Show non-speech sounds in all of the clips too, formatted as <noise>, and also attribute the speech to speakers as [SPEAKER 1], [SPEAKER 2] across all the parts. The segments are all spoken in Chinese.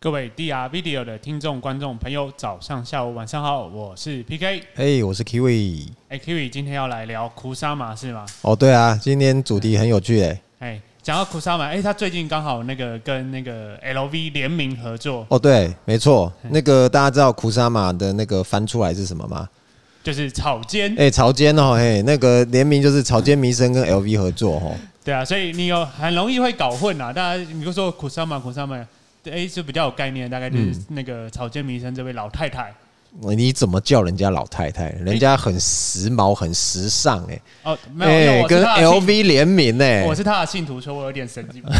[SPEAKER 1] 各位 DR Video 的听众、观众朋友，早上、下午、晚上好，我是 PK。
[SPEAKER 2] 嘿我是 Kiwi。
[SPEAKER 1] 哎，Kiwi 今天要来聊库沙马是吗？
[SPEAKER 2] 哦，对啊，今天主题很有趣欸诶。
[SPEAKER 1] 哎，讲到库沙马，哎，他最近刚好那个跟那个 LV 联名合作，
[SPEAKER 2] 哦，对，没错，那个大家知道库沙马的那个翻出来是什么吗？
[SPEAKER 1] 就是草间。
[SPEAKER 2] 哎、草间哦，嘿，那个联名就是草间弥生跟 LV 合作哦。
[SPEAKER 1] 对啊，所以你有很容易会搞混啊。大家你就说库沙马，库沙马，哎，是比较有概念，大概
[SPEAKER 2] 嗯
[SPEAKER 1] 就是那个草间弥生这位老太太。
[SPEAKER 2] 你怎么叫人家老太太？人家很时髦，很时尚哎、
[SPEAKER 1] 哦，没有，因
[SPEAKER 2] 哎、
[SPEAKER 1] 为我是
[SPEAKER 2] 跟
[SPEAKER 1] 她的信
[SPEAKER 2] LV 联名哎、
[SPEAKER 1] 我是他的信徒，所以我有点神经病。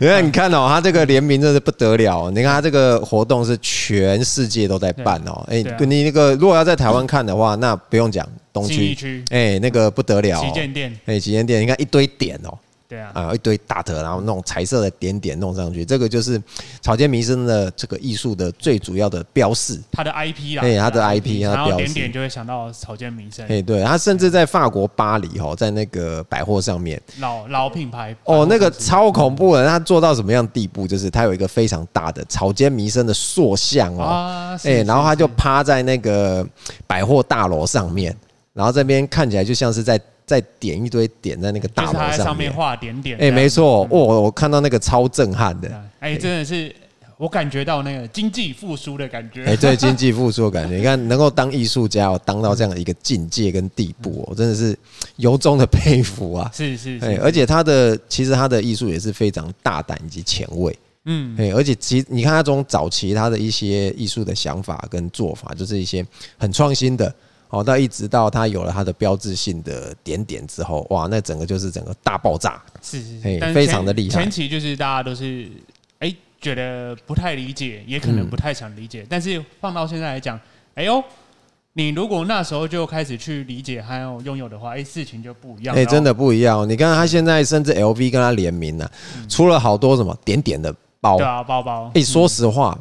[SPEAKER 2] 因为你看哦，他这个联名真是不得了。哦你看他这个活动是全世界都在办哦。哎、
[SPEAKER 1] 对啊
[SPEAKER 2] 你那个如果要在台湾看的话，那不用讲东
[SPEAKER 1] 信义
[SPEAKER 2] 区，
[SPEAKER 1] 区
[SPEAKER 2] 哎、那个不得了、哦。
[SPEAKER 1] 旗舰店，
[SPEAKER 2] 哎、旗舰店，你看一堆点哦，
[SPEAKER 1] 对啊，
[SPEAKER 2] 啊，一堆大特，然后那种彩色的点点弄上去，这个就是草间弥生的这个艺术的最主要的标示。
[SPEAKER 1] 他的 IP 啦，
[SPEAKER 2] 哎、他的 IP，
[SPEAKER 1] 然
[SPEAKER 2] 他的
[SPEAKER 1] 后
[SPEAKER 2] 标
[SPEAKER 1] 点
[SPEAKER 2] 示
[SPEAKER 1] 点，就会想到草间弥生
[SPEAKER 2] 哎、，对，他甚至在法国巴黎哦，在那个百货上面，
[SPEAKER 1] 老老品牌
[SPEAKER 2] 哦，那
[SPEAKER 1] 办
[SPEAKER 2] 个
[SPEAKER 1] 公室
[SPEAKER 2] 超恐怖的，他做到什么样的地步？就是他有一个非常大的草间弥生的塑像哦，
[SPEAKER 1] 啊，
[SPEAKER 2] 哎、
[SPEAKER 1] 是
[SPEAKER 2] 然后他就是趴在那个百货大楼上面，然后这边看起来就像是在在点一堆点在那个
[SPEAKER 1] 就
[SPEAKER 2] 大
[SPEAKER 1] 是
[SPEAKER 2] 楼
[SPEAKER 1] 他在上
[SPEAKER 2] 上
[SPEAKER 1] 面
[SPEAKER 2] 面。
[SPEAKER 1] 画点点，
[SPEAKER 2] 哎、没，错，我、我看到那个超震撼的，
[SPEAKER 1] 哎，真的是我感觉到那个经济复苏的感觉
[SPEAKER 2] <laughs> 哎、，对经济复苏的感觉，你看能够当艺术家、哦，当到这样的一个境界跟地步、哦，真的是由衷的佩服啊！
[SPEAKER 1] 是嗯是
[SPEAKER 2] 哎、
[SPEAKER 1] 是，
[SPEAKER 2] 而且他的其实他的艺术也是非常大胆以及前卫，
[SPEAKER 1] 嗯，
[SPEAKER 2] 哎、而且其你看他从早期他的一些艺术的想法跟做法，就是一些很创新的哦，到一直到他有了他的标志性的点点之后，哇，那整个就是整个大爆炸，
[SPEAKER 1] 是是
[SPEAKER 2] 哎
[SPEAKER 1] 是，但是
[SPEAKER 2] 非
[SPEAKER 1] 前
[SPEAKER 2] 常的厉害
[SPEAKER 1] 前期就是大家都是哎觉得不太理解，也可
[SPEAKER 2] 嗯
[SPEAKER 1] 能不太想理解，但是放到现在来讲，哎呦。你如果那时候就开始去理解还有拥有的话，哎、事情就不一样。
[SPEAKER 2] 哎、
[SPEAKER 1] 然后
[SPEAKER 2] 真的不一样哦、你看他现在甚至 LV 跟他联名了、啊出了好多什么点点的
[SPEAKER 1] 嗯
[SPEAKER 2] 包，
[SPEAKER 1] 对啊，包包，
[SPEAKER 2] 哎、说实话，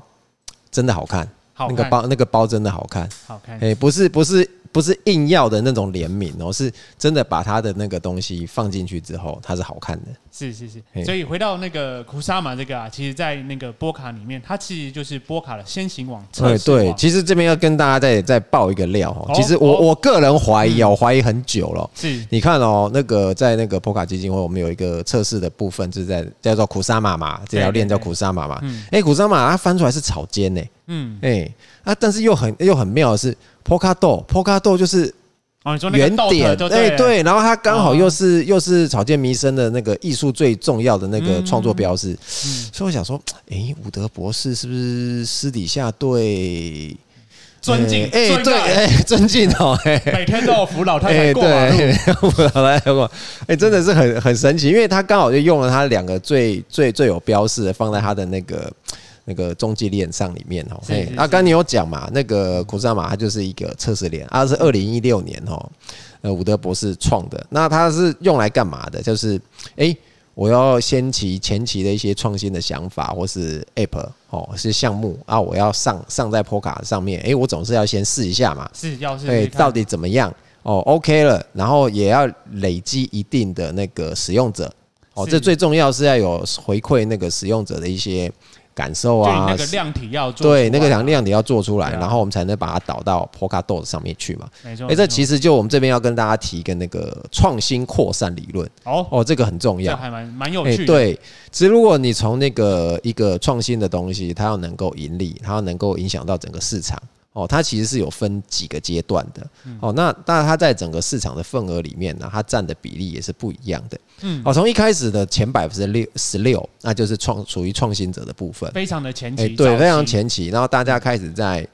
[SPEAKER 2] 真的好看，
[SPEAKER 1] 好看
[SPEAKER 2] 那
[SPEAKER 1] 嗯
[SPEAKER 2] 个包那个包真的好看，
[SPEAKER 1] 好看，
[SPEAKER 2] 哎、不是不是不是硬要的那种联名哦，是真的把他的那个东西放进去之后，它是好看的。
[SPEAKER 1] 是是是。
[SPEAKER 2] 嘿
[SPEAKER 1] 所以回到那个库沙玛这个啊，其实，在那个波卡里面，它其实就是波卡的先行网、测
[SPEAKER 2] 对
[SPEAKER 1] 试网
[SPEAKER 2] 哎对，其实这边要跟大家再再爆一个料
[SPEAKER 1] 哦
[SPEAKER 2] 哦。其实我、
[SPEAKER 1] 哦嗯
[SPEAKER 2] 我个人怀疑哦，我怀疑很久了。
[SPEAKER 1] 是
[SPEAKER 2] 你看哦，那个在那个波卡基金会，我们有一个测试的部分，就是在叫做苦沙玛嘛，这条链叫苦沙玛嘛
[SPEAKER 1] 对对对嗯。
[SPEAKER 2] 哎，苦沙玛它翻出来是草间呢，
[SPEAKER 1] 嗯，
[SPEAKER 2] 哎啊，但是又很又很妙的是，波卡豆，波卡豆就是
[SPEAKER 1] 哦，你说那
[SPEAKER 2] 原
[SPEAKER 1] 个豆特，
[SPEAKER 2] 点
[SPEAKER 1] 就
[SPEAKER 2] 哎、
[SPEAKER 1] 对了，
[SPEAKER 2] 对，然后它刚好
[SPEAKER 1] 哦
[SPEAKER 2] 又是、又是草间弥生的那个艺术最重要的那个
[SPEAKER 1] 嗯
[SPEAKER 2] 创作标志，所以我想说，哎、伍德博士是不是私底下对
[SPEAKER 1] 尊敬，
[SPEAKER 2] 哎、
[SPEAKER 1] 尊
[SPEAKER 2] 对，
[SPEAKER 1] 爱
[SPEAKER 2] 哎、尊敬哦、哎、
[SPEAKER 1] 每天都有扶老太太
[SPEAKER 2] 哎、
[SPEAKER 1] 过马路，
[SPEAKER 2] 对， <laughs> 我老来过，哎、真的是很很神奇，因为他刚好就用了他两个最最最有标识的放在他的那个那个中继链上里面哦。
[SPEAKER 1] 是
[SPEAKER 2] 哎
[SPEAKER 1] 是，
[SPEAKER 2] 啊，
[SPEAKER 1] 是
[SPEAKER 2] 刚你有讲嘛，那个古萨玛它就是一个测试链，它、是二零一六年哦，呃，伍德博士创的，那它是用来干嘛的？就是哎。我要先期前期的一些创新的想法，或是 App 哦，是项目啊，我要上上在 p o 卡上面，诶、哎我总是要先试一下嘛，
[SPEAKER 1] 是要是
[SPEAKER 2] 对，
[SPEAKER 1] 你看
[SPEAKER 2] 哎到底怎么样？哦，OK 了，然后也要累积一定的那个使用者。哦，
[SPEAKER 1] 是
[SPEAKER 2] 这最重要是要有回馈那个使用者的一些感受
[SPEAKER 1] 就你
[SPEAKER 2] 啊
[SPEAKER 1] 那，个量体要做出来，啊
[SPEAKER 2] 对，那个量量你要做出来，
[SPEAKER 1] 对啊啊
[SPEAKER 2] 然后我们才能把它导到 p o c a d o 上面去嘛。
[SPEAKER 1] 没错，
[SPEAKER 2] 哎，这
[SPEAKER 1] 没错
[SPEAKER 2] 其实就我们这边要跟大家提一个那个创新扩散理论。
[SPEAKER 1] 哦，
[SPEAKER 2] 哦，这个很重
[SPEAKER 1] 这
[SPEAKER 2] 要。
[SPEAKER 1] 还蛮蛮有
[SPEAKER 2] 哎、
[SPEAKER 1] 趣的，
[SPEAKER 2] 对，其实如果你从那个一个创新的东西，它要能够盈利，它要能够影响到整个市场，哦，它其实是有分几个阶段的，
[SPEAKER 1] 嗯
[SPEAKER 2] 哦，那那它在整个市场的份额里面呢，它占的比例也是不一样的，
[SPEAKER 1] 嗯
[SPEAKER 2] 哦，从一开始的前百分之六十六，那就是创属于创新者的部分，
[SPEAKER 1] 非常的前
[SPEAKER 2] 哎、
[SPEAKER 1] 期，
[SPEAKER 2] 对，
[SPEAKER 1] 早期
[SPEAKER 2] 非常，前期，然后大家开始在。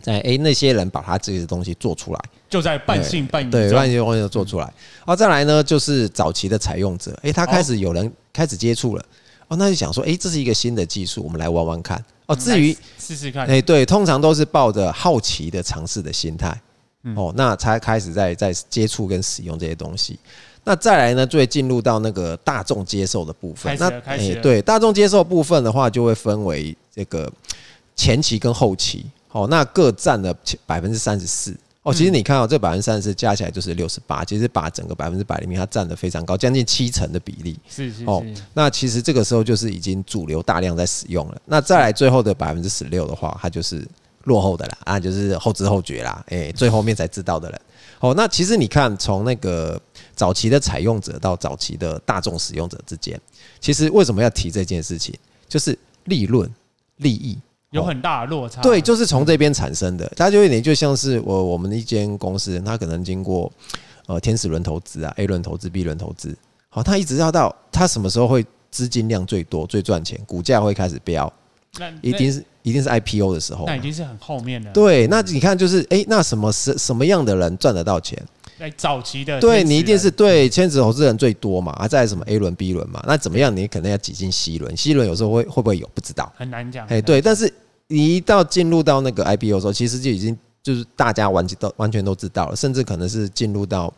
[SPEAKER 2] 在哎、那些人把他这些东西做出来，
[SPEAKER 1] 就在半信半嗯疑
[SPEAKER 2] 哎对，
[SPEAKER 1] 中
[SPEAKER 2] 万些东西都做出来。然后再来呢，就是早期的采用者，诶，他
[SPEAKER 1] 哦
[SPEAKER 2] 开始有人开始接触了，哦，那就想说，诶，这是一个新的技术，我们来玩玩看。哦，
[SPEAKER 1] 嗯
[SPEAKER 2] 至于哎
[SPEAKER 1] 来试试看，
[SPEAKER 2] 诶，对，通常都是抱着好奇的尝试的心态
[SPEAKER 1] 嗯，
[SPEAKER 2] 哦，那才开始在在接触跟使用这些东西。那再来呢，就会进入到那个大众接受的部
[SPEAKER 1] 开。
[SPEAKER 2] 分
[SPEAKER 1] 始
[SPEAKER 2] 那哎
[SPEAKER 1] 了开始了
[SPEAKER 2] 对大众接受部分的话，就会分为这个前期跟后期，哦，那各占了百分之三十四。
[SPEAKER 1] 嗯
[SPEAKER 2] 哦，其实你看到、哦、这百分之三十四加起来就是六十八，其实把整个百分之百里面它占的非常高，将近七成的比例。
[SPEAKER 1] 是是
[SPEAKER 2] 哦
[SPEAKER 1] 是，
[SPEAKER 2] 那其实这个时候就是已经主流大量在使用了。那再来最后的百分之十六的话，它就是落后的啦，啊，就是后知后觉啦，诶、最后面才知道的人。哦，那其实你看，从那个早期的采用者到早期的大众使用者之间，其实为什么要提这件事情？就是利润、利益
[SPEAKER 1] 有很大的落差。
[SPEAKER 2] 哦对，就是从这边产生的。它就有点就像是我我们一间公司，它可能经过呃天使轮投资啊、A 轮投资、B 轮投资，好，它一直要到它什么时候会资金量最多、最赚钱，股价会开始飙，
[SPEAKER 1] 那
[SPEAKER 2] 一定是一定是 IPO 的时候
[SPEAKER 1] 那那。
[SPEAKER 2] 嘛
[SPEAKER 1] 已经是很后面了。，
[SPEAKER 2] 对，那你看就是诶，那什么什什么样的人赚得到钱？
[SPEAKER 1] 在早期的
[SPEAKER 2] 对
[SPEAKER 1] 天使
[SPEAKER 2] 你一定
[SPEAKER 1] 人
[SPEAKER 2] 是对牵子投资人最多嘛，啊，再来什么 A 轮、B 轮嘛，那怎么样？你可能要挤进 C 轮，C 轮有时候会会不会有不知道，
[SPEAKER 1] 很难讲。
[SPEAKER 2] 哎，对，但是你一到进入到那个 IPO 的时候，其实就已经就是大家完全都完全都知道了，甚至可能是进入到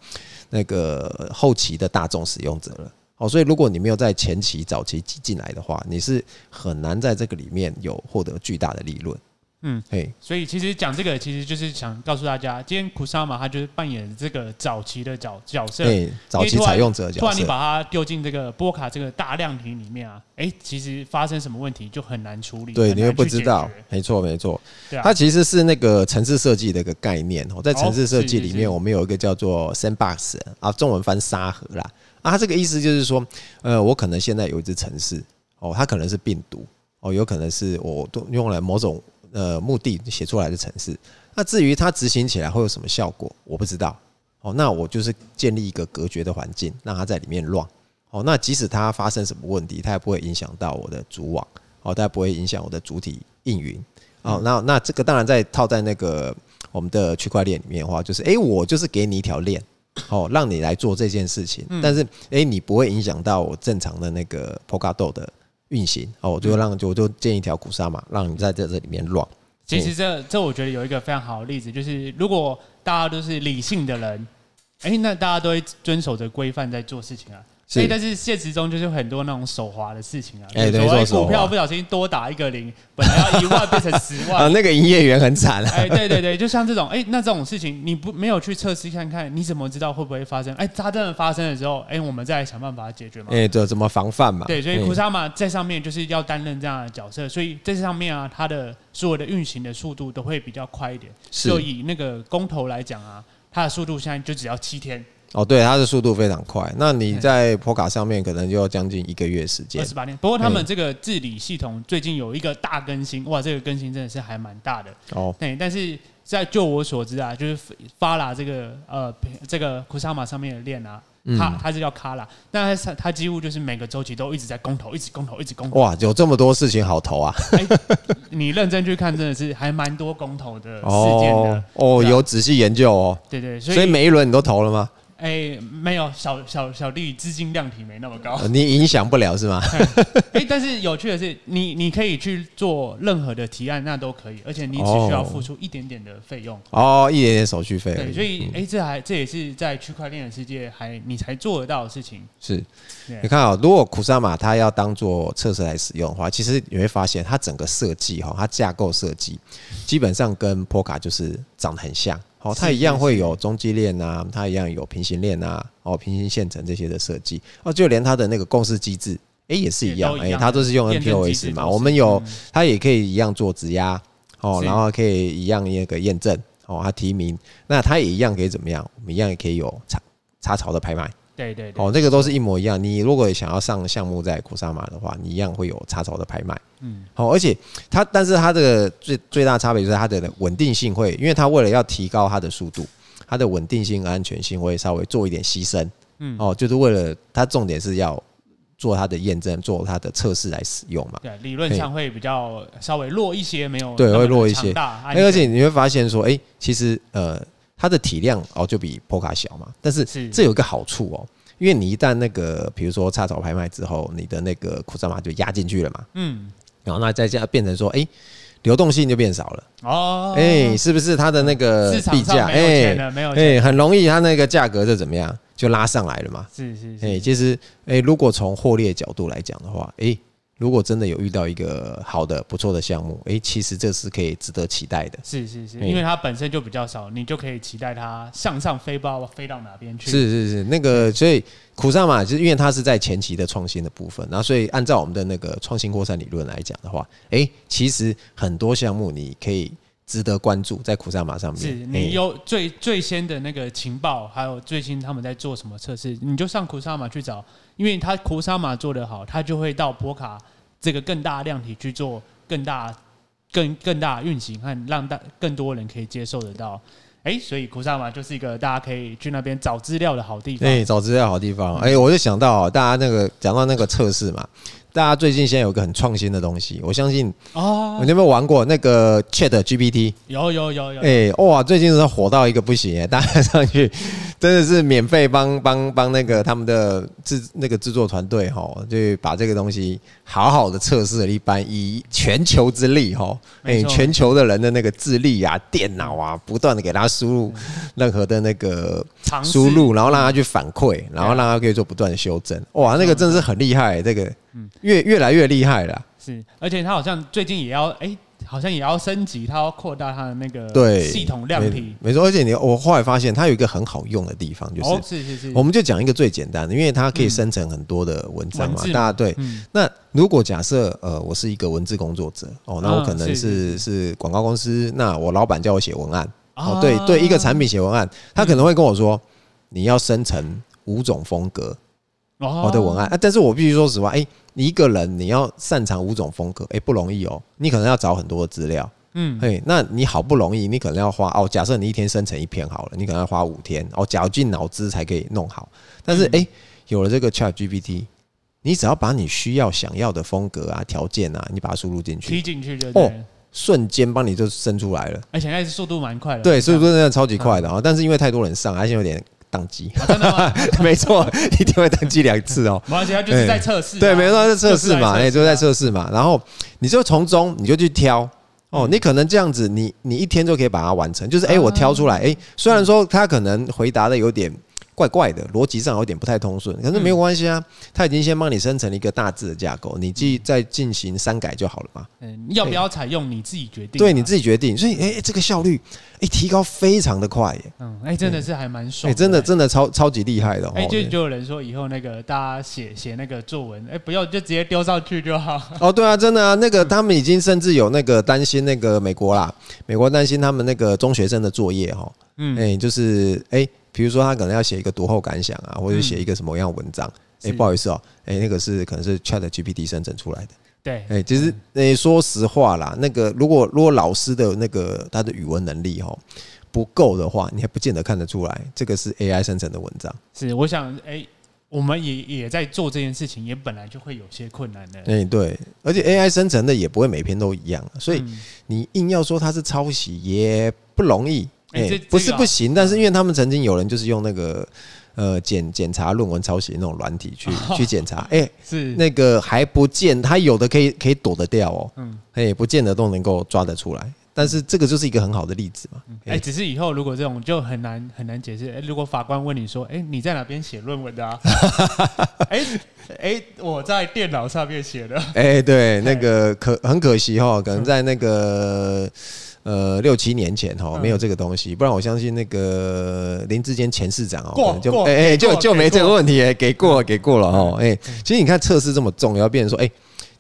[SPEAKER 2] 那个后期的大众使用者了。哦，所以如果你没有在前期早期挤进来的话，你是很难在这个里面有获得巨大的利润。
[SPEAKER 1] 嗯，
[SPEAKER 2] 哎，
[SPEAKER 1] 所以其实讲这个，其实就是想告诉大家，今天库沙玛他就是扮演这个早期的角角色。
[SPEAKER 2] 哎，早期采用者的
[SPEAKER 1] 突
[SPEAKER 2] 角
[SPEAKER 1] 然你
[SPEAKER 2] 色，
[SPEAKER 1] 把它丢进这个波卡这个大量体里面啊，哎、其实发生什么问题就很难处理，
[SPEAKER 2] 对
[SPEAKER 1] 很
[SPEAKER 2] 你
[SPEAKER 1] 难
[SPEAKER 2] 又不
[SPEAKER 1] 去
[SPEAKER 2] 知
[SPEAKER 1] 解
[SPEAKER 2] 道
[SPEAKER 1] 决，
[SPEAKER 2] 没错没错。
[SPEAKER 1] 对啊
[SPEAKER 2] 它，其实是那个城市设计的一个概念哦，在城市设计里
[SPEAKER 1] 是是是
[SPEAKER 2] 面，我们有一个叫做 sandbox 啊，中文翻沙盒啦。啊，它这个意思就是说，呃，我可能现在有一只城市哦，它可能是病毒哦，有可能是我都用来某种呃目的写出来的城市。那至于它执行起来会有什么效果，我不知道哦。那我就是建立一个隔绝的环境，让它在里面乱哦。那即使它发生什么问题，它也不会影响到我的主网哦，它也不会影响我的主体应云
[SPEAKER 1] 嗯
[SPEAKER 2] 哦。那那这个当然在套在那个我们的区块链里面的话，就是诶，我就是给你一条链。哦，让你来做这件事情，
[SPEAKER 1] 嗯
[SPEAKER 2] 但是诶，你不会影响到我正常的那个 Polkadot 的运行哦，
[SPEAKER 1] 嗯
[SPEAKER 2] 我就让就我就建一条古沙嘛，让你在这这里面乱。
[SPEAKER 1] 其实这这我觉得有一个非常好的例子，就是如果大家都是理性的人，哎、那大家都会遵守着规范在做事情啊。
[SPEAKER 2] 是
[SPEAKER 1] 所以，但是现实中就是很多那种手滑的事情啊，
[SPEAKER 2] 哎
[SPEAKER 1] 比
[SPEAKER 2] 对
[SPEAKER 1] 如说哎
[SPEAKER 2] 做手
[SPEAKER 1] 股票
[SPEAKER 2] 滑
[SPEAKER 1] 不小心多打一个零，本来要一万变成十
[SPEAKER 2] 啊，
[SPEAKER 1] 万，
[SPEAKER 2] 那个营业员很惨啊。
[SPEAKER 1] 哎，对对对，就像这种，哎，那这种事情你不没有去测试看看，你怎么知道会不会发生？哎，它真的发生的时候，哎，我们再来想办法解决嘛。
[SPEAKER 2] 哎，这怎么防范嘛？
[SPEAKER 1] 对，所以
[SPEAKER 2] 嗯
[SPEAKER 1] 库萨玛在上面就是要担任这样的角色，所以在这上面啊，它的所有的运行的速度都会比较快一点。
[SPEAKER 2] 是
[SPEAKER 1] 就以那个公投来讲啊，它的速度现在就只要七天，
[SPEAKER 2] 哦，对，它的速度非常快。那你在 p 卡上面可能就要将近一个月时
[SPEAKER 1] 哎二
[SPEAKER 2] 间
[SPEAKER 1] 十。八天。不过他
[SPEAKER 2] 哎
[SPEAKER 1] 们这个治理系统最近有一个大更新，哇，这个更新真的是还蛮大的。
[SPEAKER 2] 哦，
[SPEAKER 1] 对，但是在就我所知啊，就是发啦这个呃这个库萨玛上面的链啊，
[SPEAKER 2] 嗯
[SPEAKER 1] 它它是叫卡拉，那它它几乎就是每个周期都一直在公投，一直公投，一直公投。
[SPEAKER 2] 哇，有这么多事情好投啊！
[SPEAKER 1] 你认真去看，真的是还蛮多公投的事件
[SPEAKER 2] 哦
[SPEAKER 1] 的。
[SPEAKER 2] 哦，
[SPEAKER 1] 对啊
[SPEAKER 2] 有仔细研究哦。
[SPEAKER 1] 对对，所
[SPEAKER 2] 所以
[SPEAKER 1] 以
[SPEAKER 2] 每一轮你都投了吗？
[SPEAKER 1] <laughs> 哎，没有小小小弟资金量体没那么
[SPEAKER 2] <laughs>
[SPEAKER 1] 高。
[SPEAKER 2] 呃你影响不了是吗？
[SPEAKER 1] 哎，但是有趣的是，你你可以去做任何的提案，那都可以，而且你只需要
[SPEAKER 2] 哦
[SPEAKER 1] 付出一点点的费用。
[SPEAKER 2] 哦，嗯一点点手续费而
[SPEAKER 1] 对，
[SPEAKER 2] 已。
[SPEAKER 1] 所以哎、这还这也是在区块链的世界还你才做得到的事情。
[SPEAKER 2] 是
[SPEAKER 1] 对
[SPEAKER 2] 你看啊、如果库萨玛它要当做测试来使用的话，其实你会发现它整个设计哈，它架构设计基本上跟 p o k a 就是长得很像。哦，它
[SPEAKER 1] 是
[SPEAKER 2] 一样
[SPEAKER 1] 是
[SPEAKER 2] 会有中继链啊，它一样有平行链啊，哦，平行线程这些的设计。哦，就连它的那个共识机制，诶、也是一样，
[SPEAKER 1] 也都
[SPEAKER 2] 诶、
[SPEAKER 1] 一样
[SPEAKER 2] 它都是用
[SPEAKER 1] 验证机制
[SPEAKER 2] NPOS 嘛。
[SPEAKER 1] 都是
[SPEAKER 2] 我们有
[SPEAKER 1] 嗯
[SPEAKER 2] 它也可以一样做质押，哦，
[SPEAKER 1] 是
[SPEAKER 2] 然后可以一样那个验证，哦，它提名，那它也一样可以怎么样？我们一样也可以有插插槽的拍卖。
[SPEAKER 1] 对对对，
[SPEAKER 2] 哦，这个都是一模一样。你如果想要上项目在库萨马的话，你一样会有插槽的拍卖。
[SPEAKER 1] 嗯
[SPEAKER 2] 嗯，好、而且它，但是它这个最最大差别就是它的稳定性会，因为它为了要提高它的速度，它的稳定性、安全性会稍微做一点牺牲。
[SPEAKER 1] 嗯
[SPEAKER 2] 嗯，哦，就是为了它重点是要做它的验证，做它的测试来使用嘛。
[SPEAKER 1] 对，理论上会比较稍微弱一些，没有
[SPEAKER 2] 对
[SPEAKER 1] 那么
[SPEAKER 2] 会弱一些
[SPEAKER 1] 强大安
[SPEAKER 2] 哎
[SPEAKER 1] 全
[SPEAKER 2] 而且你会发现说，哎、其实呃，它的体量哦就比 p o k a 小嘛，但是
[SPEAKER 1] 是
[SPEAKER 2] 这有一个好处哦，因为你一旦那个比如说插槽拍卖之后，你的那个库萨马就压进去了嘛，
[SPEAKER 1] 嗯
[SPEAKER 2] 然后那再加变成说，哎、流动性就变少了，
[SPEAKER 1] 哦
[SPEAKER 2] 哎、，是不是它的那个
[SPEAKER 1] 市
[SPEAKER 2] 币
[SPEAKER 1] 场
[SPEAKER 2] 价，
[SPEAKER 1] 上
[SPEAKER 2] 哎
[SPEAKER 1] 没有钱了，没有
[SPEAKER 2] 哎、
[SPEAKER 1] 钱，
[SPEAKER 2] 很容易它那个价格就怎么样就拉上来了嘛，
[SPEAKER 1] 是是
[SPEAKER 2] 哎、
[SPEAKER 1] 是，
[SPEAKER 2] 其实哎、如果从获利的角度来讲的话，哎、如果真的有遇到一个好的、不错的项目，诶，其实这是可以值得期待的。
[SPEAKER 1] 是是是，
[SPEAKER 2] 嗯
[SPEAKER 1] 因为它本身就比较少，你就可以期待它向上飞，不知道飞到哪边去。嗯
[SPEAKER 2] 是是是，那个所以苦萨马就是因为它是在前期的创新的部分，然后所以按照我们的那个创新扩散理论来讲的话，诶，其实很多项目你可以值得关注在苦萨马上面。
[SPEAKER 1] 是
[SPEAKER 2] 诶
[SPEAKER 1] 你有最最先的那个情报，还有最新他们在做什么测试，你就上库萨玛去找，因为他库萨玛做得好，他就会到波卡这个更大量体去做更大、更更大运行和让大更多人可以接受得到。哎、所以库萨玛就是一个大家可以去那边找资料的好地方。
[SPEAKER 2] 哎、找资料好地方。哎、我就想到、哦、大家那个讲到那个测试嘛，大家最近现在有个很创新的东西，我相信
[SPEAKER 1] 哦，
[SPEAKER 2] 你有没有玩过那个 Chat GPT？
[SPEAKER 1] 有有有有，
[SPEAKER 2] <laughs> 哎、哇，最近真的火到一个不行哎，大
[SPEAKER 1] <laughs>
[SPEAKER 2] 家上去真的是免费帮帮帮那个他们的制那个制作团队哈，就把这个东西好好的测试了一番，以全球之力哈，哎、
[SPEAKER 1] 没错
[SPEAKER 2] 全球的人的那个智力啊、电脑啊，不断的给他输入任何的那个
[SPEAKER 1] 嗯尝试嗯
[SPEAKER 2] 输入，然后让他去反馈，然后让他可以做不断的修正。哇，那个真的是很厉害，这个
[SPEAKER 1] 嗯
[SPEAKER 2] 越越来越厉害了。
[SPEAKER 1] 是，而且他好像最近也要哎、好像也要升级，他要扩大他的那个
[SPEAKER 2] 对，
[SPEAKER 1] 系统量体。
[SPEAKER 2] 没没错。而且你我后来发现，它有一个很好用的地方，就是、
[SPEAKER 1] 哦，是是是，嗯
[SPEAKER 2] 我们就讲一个最简单的，因为它可以生成很多的文章
[SPEAKER 1] 文
[SPEAKER 2] 嘛。
[SPEAKER 1] 字嘛
[SPEAKER 2] 大家对，
[SPEAKER 1] 嗯
[SPEAKER 2] 那如果假设呃，我是一个文字工作者哦，那我
[SPEAKER 1] 嗯
[SPEAKER 2] 可能
[SPEAKER 1] 是
[SPEAKER 2] 是、是广告公司，那我老板叫我写文案哦，
[SPEAKER 1] 啊
[SPEAKER 2] 对对，一个产品写文案，他可能会跟我说，你要生成五种风格
[SPEAKER 1] 哦
[SPEAKER 2] 哦的文案、啊，但是我必须说实话，哎、你一个人你要擅长五种风格，哎、不容易哦，你可能要找很多的资料。
[SPEAKER 1] 嗯，
[SPEAKER 2] 嘿，那你好不容易，你可能要花哦，假设你一天生成一篇好了，你可能要花五天哦，绞尽脑汁才可以弄好。但是诶，有了这个 Chat GPT，你只要把你需要、想要的风格啊、条件啊，你把它输入进
[SPEAKER 1] 踢
[SPEAKER 2] 去，
[SPEAKER 1] 进去就对
[SPEAKER 2] 哦
[SPEAKER 1] 了，哎
[SPEAKER 2] 瞬间帮你就生出来了。
[SPEAKER 1] 而且那是速度蛮快的，
[SPEAKER 2] 对，所以说真的超级快的啊、哦。但是因为太多人上，还是有点宕机。 <laughs>
[SPEAKER 1] 啊真的吗？
[SPEAKER 2] 没错，一定会宕机两次哦。
[SPEAKER 1] 没关系，他就是在测试啊，
[SPEAKER 2] 对，没错，在测试嘛，
[SPEAKER 1] 就
[SPEAKER 2] 哎、
[SPEAKER 1] 是
[SPEAKER 2] 就在
[SPEAKER 1] 在测试啊
[SPEAKER 2] 测试嘛。然后你就从中你就去挑哦，
[SPEAKER 1] 嗯
[SPEAKER 2] 你可能这样子，你你一天就可以把它完成。就是哎、我挑出来，哎、虽然说他可能回答的有点怪怪的，逻辑上有点不太通顺，可是
[SPEAKER 1] 嗯
[SPEAKER 2] 没有关系啊，他已经先帮你生成了一个大致的架构，你继再进行删改就好了嘛。
[SPEAKER 1] 嗯，要不要采用你自己决定啊，
[SPEAKER 2] 对，你自己决定。所以哎、这个效率哎、提高非常的快耶，
[SPEAKER 1] 嗯，哎，真的是还蛮
[SPEAKER 2] 哎、
[SPEAKER 1] 爽，
[SPEAKER 2] 真的。真的超超级厉害的哦。
[SPEAKER 1] 哎，就就有人说以后那个大家写写那个作文，哎，不要就直接丢上去就好。 <laughs>
[SPEAKER 2] 哦，对啊，真的啊，那个他们已经甚至有那个担心那个美国啦，美国担心他们那个中学生的作业哈，
[SPEAKER 1] 嗯
[SPEAKER 2] 嗯，哎、就是哎，比、如说他可能要写一个读后感想啊，或者
[SPEAKER 1] 嗯
[SPEAKER 2] 写一个什么样的文章，哎、
[SPEAKER 1] 是
[SPEAKER 2] 不好意思哦、哎、那个是可能是 Chat GPT 生成出来的，
[SPEAKER 1] 对，
[SPEAKER 2] 哎、其实哎、说实话啦，那个如果如果老师的那个他的语文能力哈不够的话，你还不见得看得出来这个是 AI 生成的文章，
[SPEAKER 1] 是我想，哎，我们也也在做这件事情，也本来就会有些困难的，
[SPEAKER 2] 哎、对，而且 AI 生成的也不会每篇都一样，所以。
[SPEAKER 1] 嗯
[SPEAKER 2] 你硬要说它是抄袭也不容易，
[SPEAKER 1] 哎
[SPEAKER 2] 哎、
[SPEAKER 1] 这
[SPEAKER 2] 不
[SPEAKER 1] 这
[SPEAKER 2] 是
[SPEAKER 1] 个啊
[SPEAKER 2] 不行，但是因为他们曾经有人就是用那个呃检检查论文抄袭那种软体
[SPEAKER 1] <laughs>
[SPEAKER 2] 去、去检查，哎、
[SPEAKER 1] 是
[SPEAKER 2] 那个还不见，它有的可以可以躲得掉哦，
[SPEAKER 1] 嗯
[SPEAKER 2] 嗯，哎、不见得都能够抓得出来，但是这个就是一个很好的例子嘛，
[SPEAKER 1] 哎、
[SPEAKER 2] 哎
[SPEAKER 1] 只是以后如果这种就很难很难解释。哎、如果法官问你说，哎、你在哪边写论文的
[SPEAKER 2] <laughs>
[SPEAKER 1] 啊？哎哎、我在电脑上面写的。
[SPEAKER 2] 哎、对，那个可很可惜哈，可能在那个呃六七年前哈
[SPEAKER 1] 嗯
[SPEAKER 2] 没有这个东西，不然我相信那个林志坚前市长哦，
[SPEAKER 1] 过
[SPEAKER 2] 可能就
[SPEAKER 1] 过
[SPEAKER 2] 哎哎
[SPEAKER 1] 给过
[SPEAKER 2] 就就没
[SPEAKER 1] 给过嗯
[SPEAKER 2] 这个问题，哎给过了给过了哦，哎，其实你看测试这么重要，变成说哎。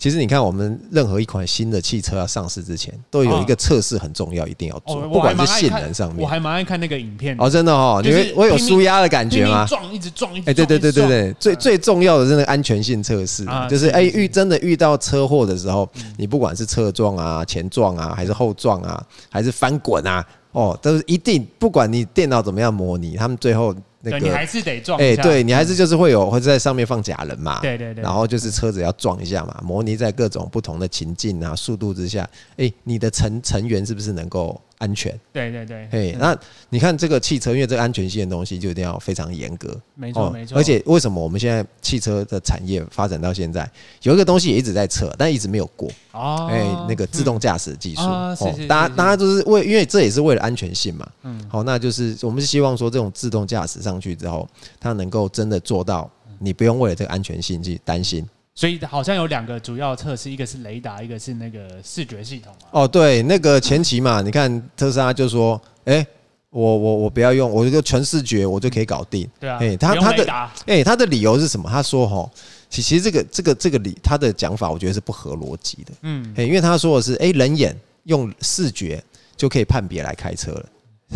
[SPEAKER 2] 其实你看，我们任何一款新的汽车要啊上市之前，都有一个测试很重要，一定要做，
[SPEAKER 1] 啊哦，
[SPEAKER 2] 不
[SPEAKER 1] 我还
[SPEAKER 2] 管
[SPEAKER 1] 蛮
[SPEAKER 2] 是
[SPEAKER 1] 爱
[SPEAKER 2] 性
[SPEAKER 1] 看，
[SPEAKER 2] 能上
[SPEAKER 1] 我
[SPEAKER 2] 面。
[SPEAKER 1] 还蛮爱看那个影片的。
[SPEAKER 2] 哦，真的哦，你
[SPEAKER 1] 就是
[SPEAKER 2] 会我有
[SPEAKER 1] 拼
[SPEAKER 2] 舒
[SPEAKER 1] 命
[SPEAKER 2] 压的感
[SPEAKER 1] 拼
[SPEAKER 2] 觉
[SPEAKER 1] 命
[SPEAKER 2] 吗？
[SPEAKER 1] 撞，一直撞，一直
[SPEAKER 2] 哎，对
[SPEAKER 1] 撞
[SPEAKER 2] 对对
[SPEAKER 1] 一
[SPEAKER 2] 对，
[SPEAKER 1] 直
[SPEAKER 2] 对，最
[SPEAKER 1] 嗯
[SPEAKER 2] 最重要的是那个安全性测试啊
[SPEAKER 1] 啊，
[SPEAKER 2] 就是
[SPEAKER 1] 是
[SPEAKER 2] 哎
[SPEAKER 1] 是嗯
[SPEAKER 2] 遇真的遇到车祸的时候，你不管是侧撞啊、前撞啊，还是后撞啊，还是翻滚啊，哦，都是一定，不管你电脑怎么样模拟，他们最后那
[SPEAKER 1] 对你
[SPEAKER 2] 个
[SPEAKER 1] 还是得撞
[SPEAKER 2] 哎
[SPEAKER 1] 一，下。嗯
[SPEAKER 2] 对你还是就是会有会在上面放假人嘛，
[SPEAKER 1] 对对对
[SPEAKER 2] 然后就是车子要撞一下嘛，模拟在各种不同的情境啊、速度之下，哎，你的成成员是不是能够安全？
[SPEAKER 1] 对对对，
[SPEAKER 2] 嘿，那你看这个汽车，因为这个安全性的东西就一定要非常严格，
[SPEAKER 1] 没错
[SPEAKER 2] 哦
[SPEAKER 1] 没错。
[SPEAKER 2] 而且为什么我们现在汽车的产业发展到现在，有一个东西也一直在测，但一直没有过，
[SPEAKER 1] 哦，
[SPEAKER 2] 哎、那个自动驾驶技术，哦
[SPEAKER 1] 啊是是是
[SPEAKER 2] 大家
[SPEAKER 1] 是
[SPEAKER 2] 大家就是为，因为这也是为了安全性嘛，
[SPEAKER 1] 嗯
[SPEAKER 2] 嗯，好、那就是我们是希望说这种自动驾驶上去之后，它能够真的做到，你不用为了这个安全性去担心。
[SPEAKER 1] 所以好像有两个主要测试，一个是雷达，一个是那个视觉系统嘛。
[SPEAKER 2] 哦，对，那个前期嘛，你看特斯拉就说，哎、我我我不要用，我就全视觉，我就可以搞定。
[SPEAKER 1] 对啊，
[SPEAKER 2] 哎他
[SPEAKER 1] 不用
[SPEAKER 2] 他的
[SPEAKER 1] 雷达
[SPEAKER 2] 哎、他的理由是什么？他说哈，其其实这个这个这个理他的讲法，我觉得是不合逻辑的。
[SPEAKER 1] 嗯，
[SPEAKER 2] 哎、因为他说的是，哎、人眼用视觉就可以判别来开车了。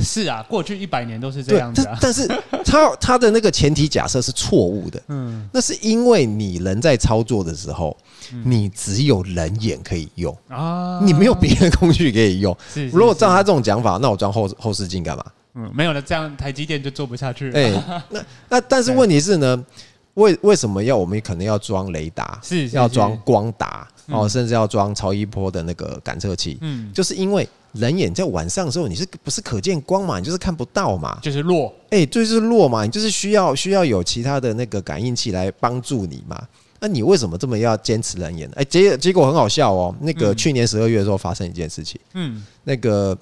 [SPEAKER 1] 是啊，过去一百年都是这样子
[SPEAKER 2] 但
[SPEAKER 1] 啊。
[SPEAKER 2] 但是他他的那个前提假设是错误的，
[SPEAKER 1] 嗯，
[SPEAKER 2] 那是因为你人在操作的时候，你只有人眼可以用，
[SPEAKER 1] 啊，
[SPEAKER 2] 你没有别的工具可以用。
[SPEAKER 1] 是
[SPEAKER 2] 如果照他
[SPEAKER 1] 他
[SPEAKER 2] 这种讲法，那我装后后视镜干嘛？
[SPEAKER 1] 嗯没有了，这样台积电就做不下去了。
[SPEAKER 2] 哎、那那但是
[SPEAKER 1] 对
[SPEAKER 2] 问题是呢，为为什么要我们可能要装雷达，
[SPEAKER 1] 是是
[SPEAKER 2] 要
[SPEAKER 1] 是
[SPEAKER 2] 装光达哦，
[SPEAKER 1] 嗯
[SPEAKER 2] 甚至要装超音波的那个感测器，
[SPEAKER 1] 嗯，
[SPEAKER 2] 就是因为人眼在晚上的时候，你是不是可见光嘛？你就是看不到嘛。
[SPEAKER 1] 就是弱，
[SPEAKER 2] 哎、就是弱嘛，你就是需要需要有其他的那个感应器来帮助你嘛。那你为什么这么要坚持人眼？哎、结结果很好笑哦。那个
[SPEAKER 1] 嗯
[SPEAKER 2] 去年十二月的时候发生一件事情，
[SPEAKER 1] 嗯，
[SPEAKER 2] 那个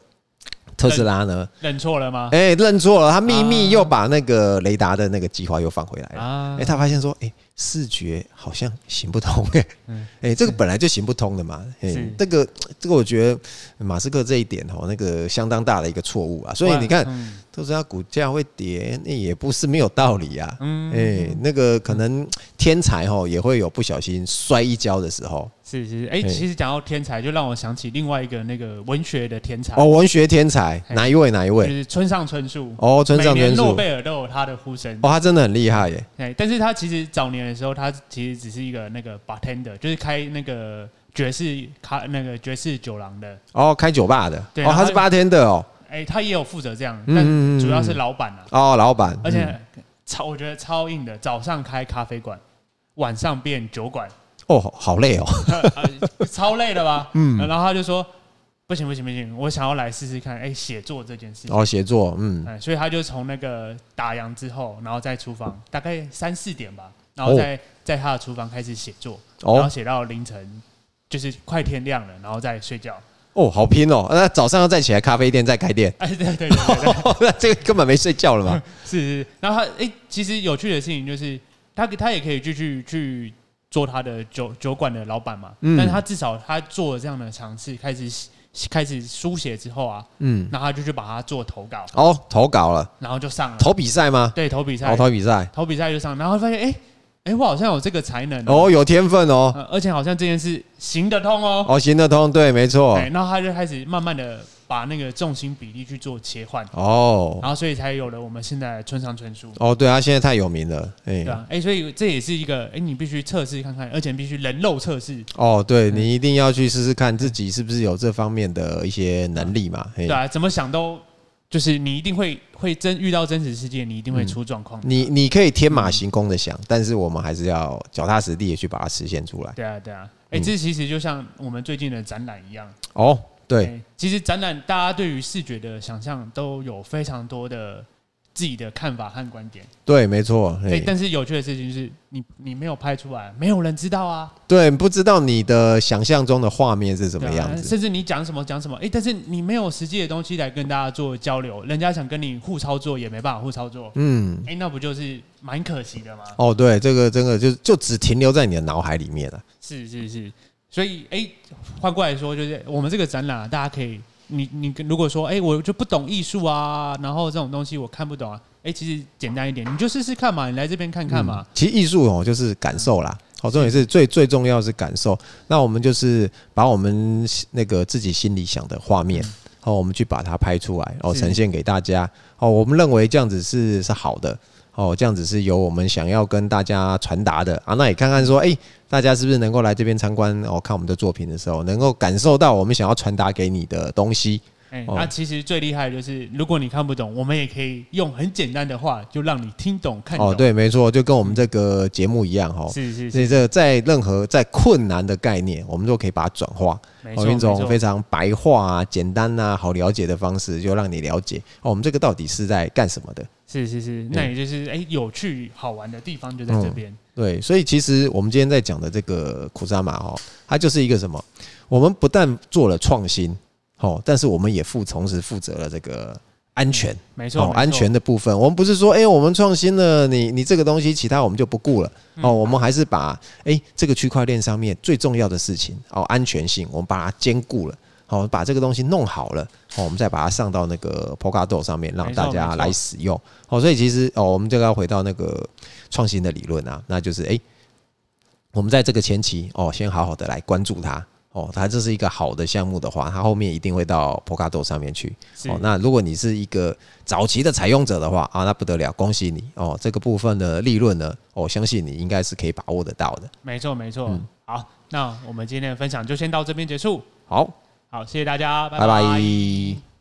[SPEAKER 2] 特斯拉呢，
[SPEAKER 1] 认错了吗？
[SPEAKER 2] 哎、认错了，他秘密
[SPEAKER 1] 啊
[SPEAKER 2] 又把那个雷达的那个计划又放回来了。
[SPEAKER 1] 啊
[SPEAKER 2] 哎、，他发现说，哎、视觉好像行不通、哎、
[SPEAKER 1] 嗯
[SPEAKER 2] 哎、这个本来就行不通的嘛。哎、
[SPEAKER 1] 是
[SPEAKER 2] 这个这个，我觉得马斯克这一点哦，那个相当大的一个错误啊。所以你看，
[SPEAKER 1] 嗯
[SPEAKER 2] 特斯拉股价会跌，那也不是没有道理啊。哎、
[SPEAKER 1] 嗯，
[SPEAKER 2] 那个可能天才哦，也会有不小心摔一跤的时候。
[SPEAKER 1] 是是，哎，
[SPEAKER 2] 哎
[SPEAKER 1] 其实讲到天才，就让我想起另外一个那个文学的天才，
[SPEAKER 2] 哦，文学天才
[SPEAKER 1] 哎
[SPEAKER 2] 哪一位？哪一
[SPEAKER 1] 就
[SPEAKER 2] 位？
[SPEAKER 1] 啊是村上春树。
[SPEAKER 2] 哦，村上
[SPEAKER 1] 每年
[SPEAKER 2] 春
[SPEAKER 1] 诺
[SPEAKER 2] 树。
[SPEAKER 1] 贝尔都有他的呼声
[SPEAKER 2] 哦，，他真的很厉害耶。
[SPEAKER 1] 哎，但是他其实早年的时候，他其实只是一个那个 bartender，就是开那个爵士咖那个爵士酒廊的，
[SPEAKER 2] 哦，开酒吧的。
[SPEAKER 1] 对
[SPEAKER 2] 哦，
[SPEAKER 1] 然后
[SPEAKER 2] 他是八天的哦。
[SPEAKER 1] 哎，他也有负责这样，
[SPEAKER 2] 嗯
[SPEAKER 1] 但
[SPEAKER 2] 嗯嗯
[SPEAKER 1] 主要是老板啊，
[SPEAKER 2] 哦，老板。
[SPEAKER 1] 而
[SPEAKER 2] 嗯
[SPEAKER 1] 且超我觉得超硬的，早上开咖啡馆，晚上变酒馆， <laughs>
[SPEAKER 2] 哦，好累哦。 <laughs>
[SPEAKER 1] 呃超累的吧？嗯，然后他就说不行不行不行，我想要来试试看，哎，写作这件事情。
[SPEAKER 2] 哦，写作，嗯，
[SPEAKER 1] 哎，所以他就从那个打烊之后，然后在厨房大概三四点吧，然后在、在他的厨房开始写作，然后
[SPEAKER 2] 哦
[SPEAKER 1] 写到凌晨，就是快天亮了，然后再睡觉。
[SPEAKER 2] 哦，好拼哦。那早上要再起来，咖啡店再开店，哦
[SPEAKER 1] 哎，对对对
[SPEAKER 2] <laughs>
[SPEAKER 1] 对对，
[SPEAKER 2] 那这个根本没睡觉
[SPEAKER 1] <laughs>
[SPEAKER 2] 了嘛。
[SPEAKER 1] 是是。然后他哎、其实有趣的事情就是，他他也可以继续去做他的酒酒馆的老板嘛，
[SPEAKER 2] 嗯
[SPEAKER 1] 但是他至少他做了这样的尝试，开始写开始书写之后啊，
[SPEAKER 2] 嗯，
[SPEAKER 1] 然后他就去把它做投稿，
[SPEAKER 2] 哦，投稿了，
[SPEAKER 1] 然后就上了
[SPEAKER 2] 投比赛吗？
[SPEAKER 1] 对投比赛
[SPEAKER 2] 哦，，投比赛。
[SPEAKER 1] 投比赛就上，然后发现哎哎、诶我好像有这个才能、
[SPEAKER 2] 哦，有天分哦。
[SPEAKER 1] 呃而且好像这件事行得通哦。
[SPEAKER 2] 哦，行得通，对，没错。
[SPEAKER 1] 哎，然后他就开始慢慢的把那个重心比例去做切换，
[SPEAKER 2] 哦
[SPEAKER 1] 然后所以才有了我们现在的村上春树，
[SPEAKER 2] 哦，对，他现在太有名了，哎、
[SPEAKER 1] 对吧、哎，所以这也是一个哎，你必须测试看看，而且必须人肉测试，
[SPEAKER 2] 哦，对你一定要去试试看自己是不是有这方面的一些能力嘛，哎、
[SPEAKER 1] 对啊，怎么想都就是你一定会会真遇到真实世界，你一定会出状况。
[SPEAKER 2] 嗯你你可以天马行空的想，但是我们还是要脚踏实地的去把它实现出来。
[SPEAKER 1] 对啊，对啊，哎，
[SPEAKER 2] 嗯
[SPEAKER 1] 这其实就像我们最近的展览一样，
[SPEAKER 2] 哦，对，
[SPEAKER 1] 哎，其实展览大家对于视觉的想象都有非常多的自己的看法和观点。
[SPEAKER 2] 对，没错，哎、
[SPEAKER 1] 对，但是有趣的事情是你你没有拍出来，没有人知道啊，
[SPEAKER 2] 对，不知道你的想象中的画面是怎么
[SPEAKER 1] 对啊
[SPEAKER 2] 样子。
[SPEAKER 1] 甚至你讲什么讲什么，哎、但是你没有实际的东西来跟大家做交流，人家想跟你互操作也没办法互操作，
[SPEAKER 2] 嗯，
[SPEAKER 1] 哎、那不就是蛮可惜的吗？
[SPEAKER 2] 哦，对，这个真的就就只停留在你的脑海里面了。
[SPEAKER 1] 是是是，所以哎，换、过来说就是我们这个展览、啊，大家可以。你你如果说哎、我就不懂艺术啊，然后这种东西我看不懂啊，哎、其实简单一点，你就试试看嘛，你来这边看看嘛嗯
[SPEAKER 2] 嗯，其实艺术哦，就是感受啦。好，重点是最最重要的是感受。那我们就是把我们那个自己心里想的画面，好，我们去把它拍出来，哦，
[SPEAKER 1] 嗯是
[SPEAKER 2] 呈现给大家。哦，我们认为这样子是是好的。哦，这样子是有我们想要跟大家传达的啊。那也看看说，哎、大家是不是能够来这边参观哦，看我们的作品的时候，能够感受到我们想要传达给你的东西。
[SPEAKER 1] 哎、
[SPEAKER 2] 哦
[SPEAKER 1] 那其实最厉害的就是，如果你看不懂，我们也可以用很简单的话，就让你听懂、看懂。
[SPEAKER 2] 哦，，对，没错，就跟我们这个节目一样哈、哦。
[SPEAKER 1] 是是
[SPEAKER 2] 所以
[SPEAKER 1] 是，
[SPEAKER 2] 这个在任何在困难的概念，我们都可以把它转化，
[SPEAKER 1] 没
[SPEAKER 2] 哦，
[SPEAKER 1] 错，
[SPEAKER 2] 用一
[SPEAKER 1] 没
[SPEAKER 2] 种
[SPEAKER 1] 错
[SPEAKER 2] 非。常白话啊、简单啊、好了解的方式，就让你了解哦，我们这个到底是在干什么的。
[SPEAKER 1] 是是是，那也就是哎、有趣好玩的地方就在这边。
[SPEAKER 2] 对，所以其实我们今天在讲的这个苦沙马哦，它就是一个什么？我们不但做了创新，哦，但是我们也负同时负责了这个安全。
[SPEAKER 1] 没错
[SPEAKER 2] 哦，，安
[SPEAKER 1] 没错
[SPEAKER 2] 全的部分，我们不是说，哎、我们创新了，你你这个东西，其他我们就不顾了
[SPEAKER 1] 嗯
[SPEAKER 2] 哦，我们还是把，哎、这个区块链上面最重要的事情，哦，安全性，我们把它兼顾了，好、哦，把这个东西弄好了，哦，我们再把它上到那个 Polkadot 上面，让
[SPEAKER 1] 没错
[SPEAKER 2] 大
[SPEAKER 1] 没
[SPEAKER 2] 家
[SPEAKER 1] 错
[SPEAKER 2] 来使用，哦，所以其实哦，我们这个要回到那个创新的理论啊，那就是，哎、我们在这个前期，哦，先好好的来关注它。哦，它这是一个好的项目的话，它后面一定会到 Polkadot 上面去。
[SPEAKER 1] 是
[SPEAKER 2] 哦，那如果你是一个早期的采用者的话啊，那不得了，恭喜你哦！这个部分的利润呢，我、相信你应该是可以把握得到的。
[SPEAKER 1] 没错没错
[SPEAKER 2] 嗯。
[SPEAKER 1] 好，那我们今天的分享就先到这边结束。
[SPEAKER 2] 好，
[SPEAKER 1] 好，谢谢大家，
[SPEAKER 2] 拜
[SPEAKER 1] 拜
[SPEAKER 2] 拜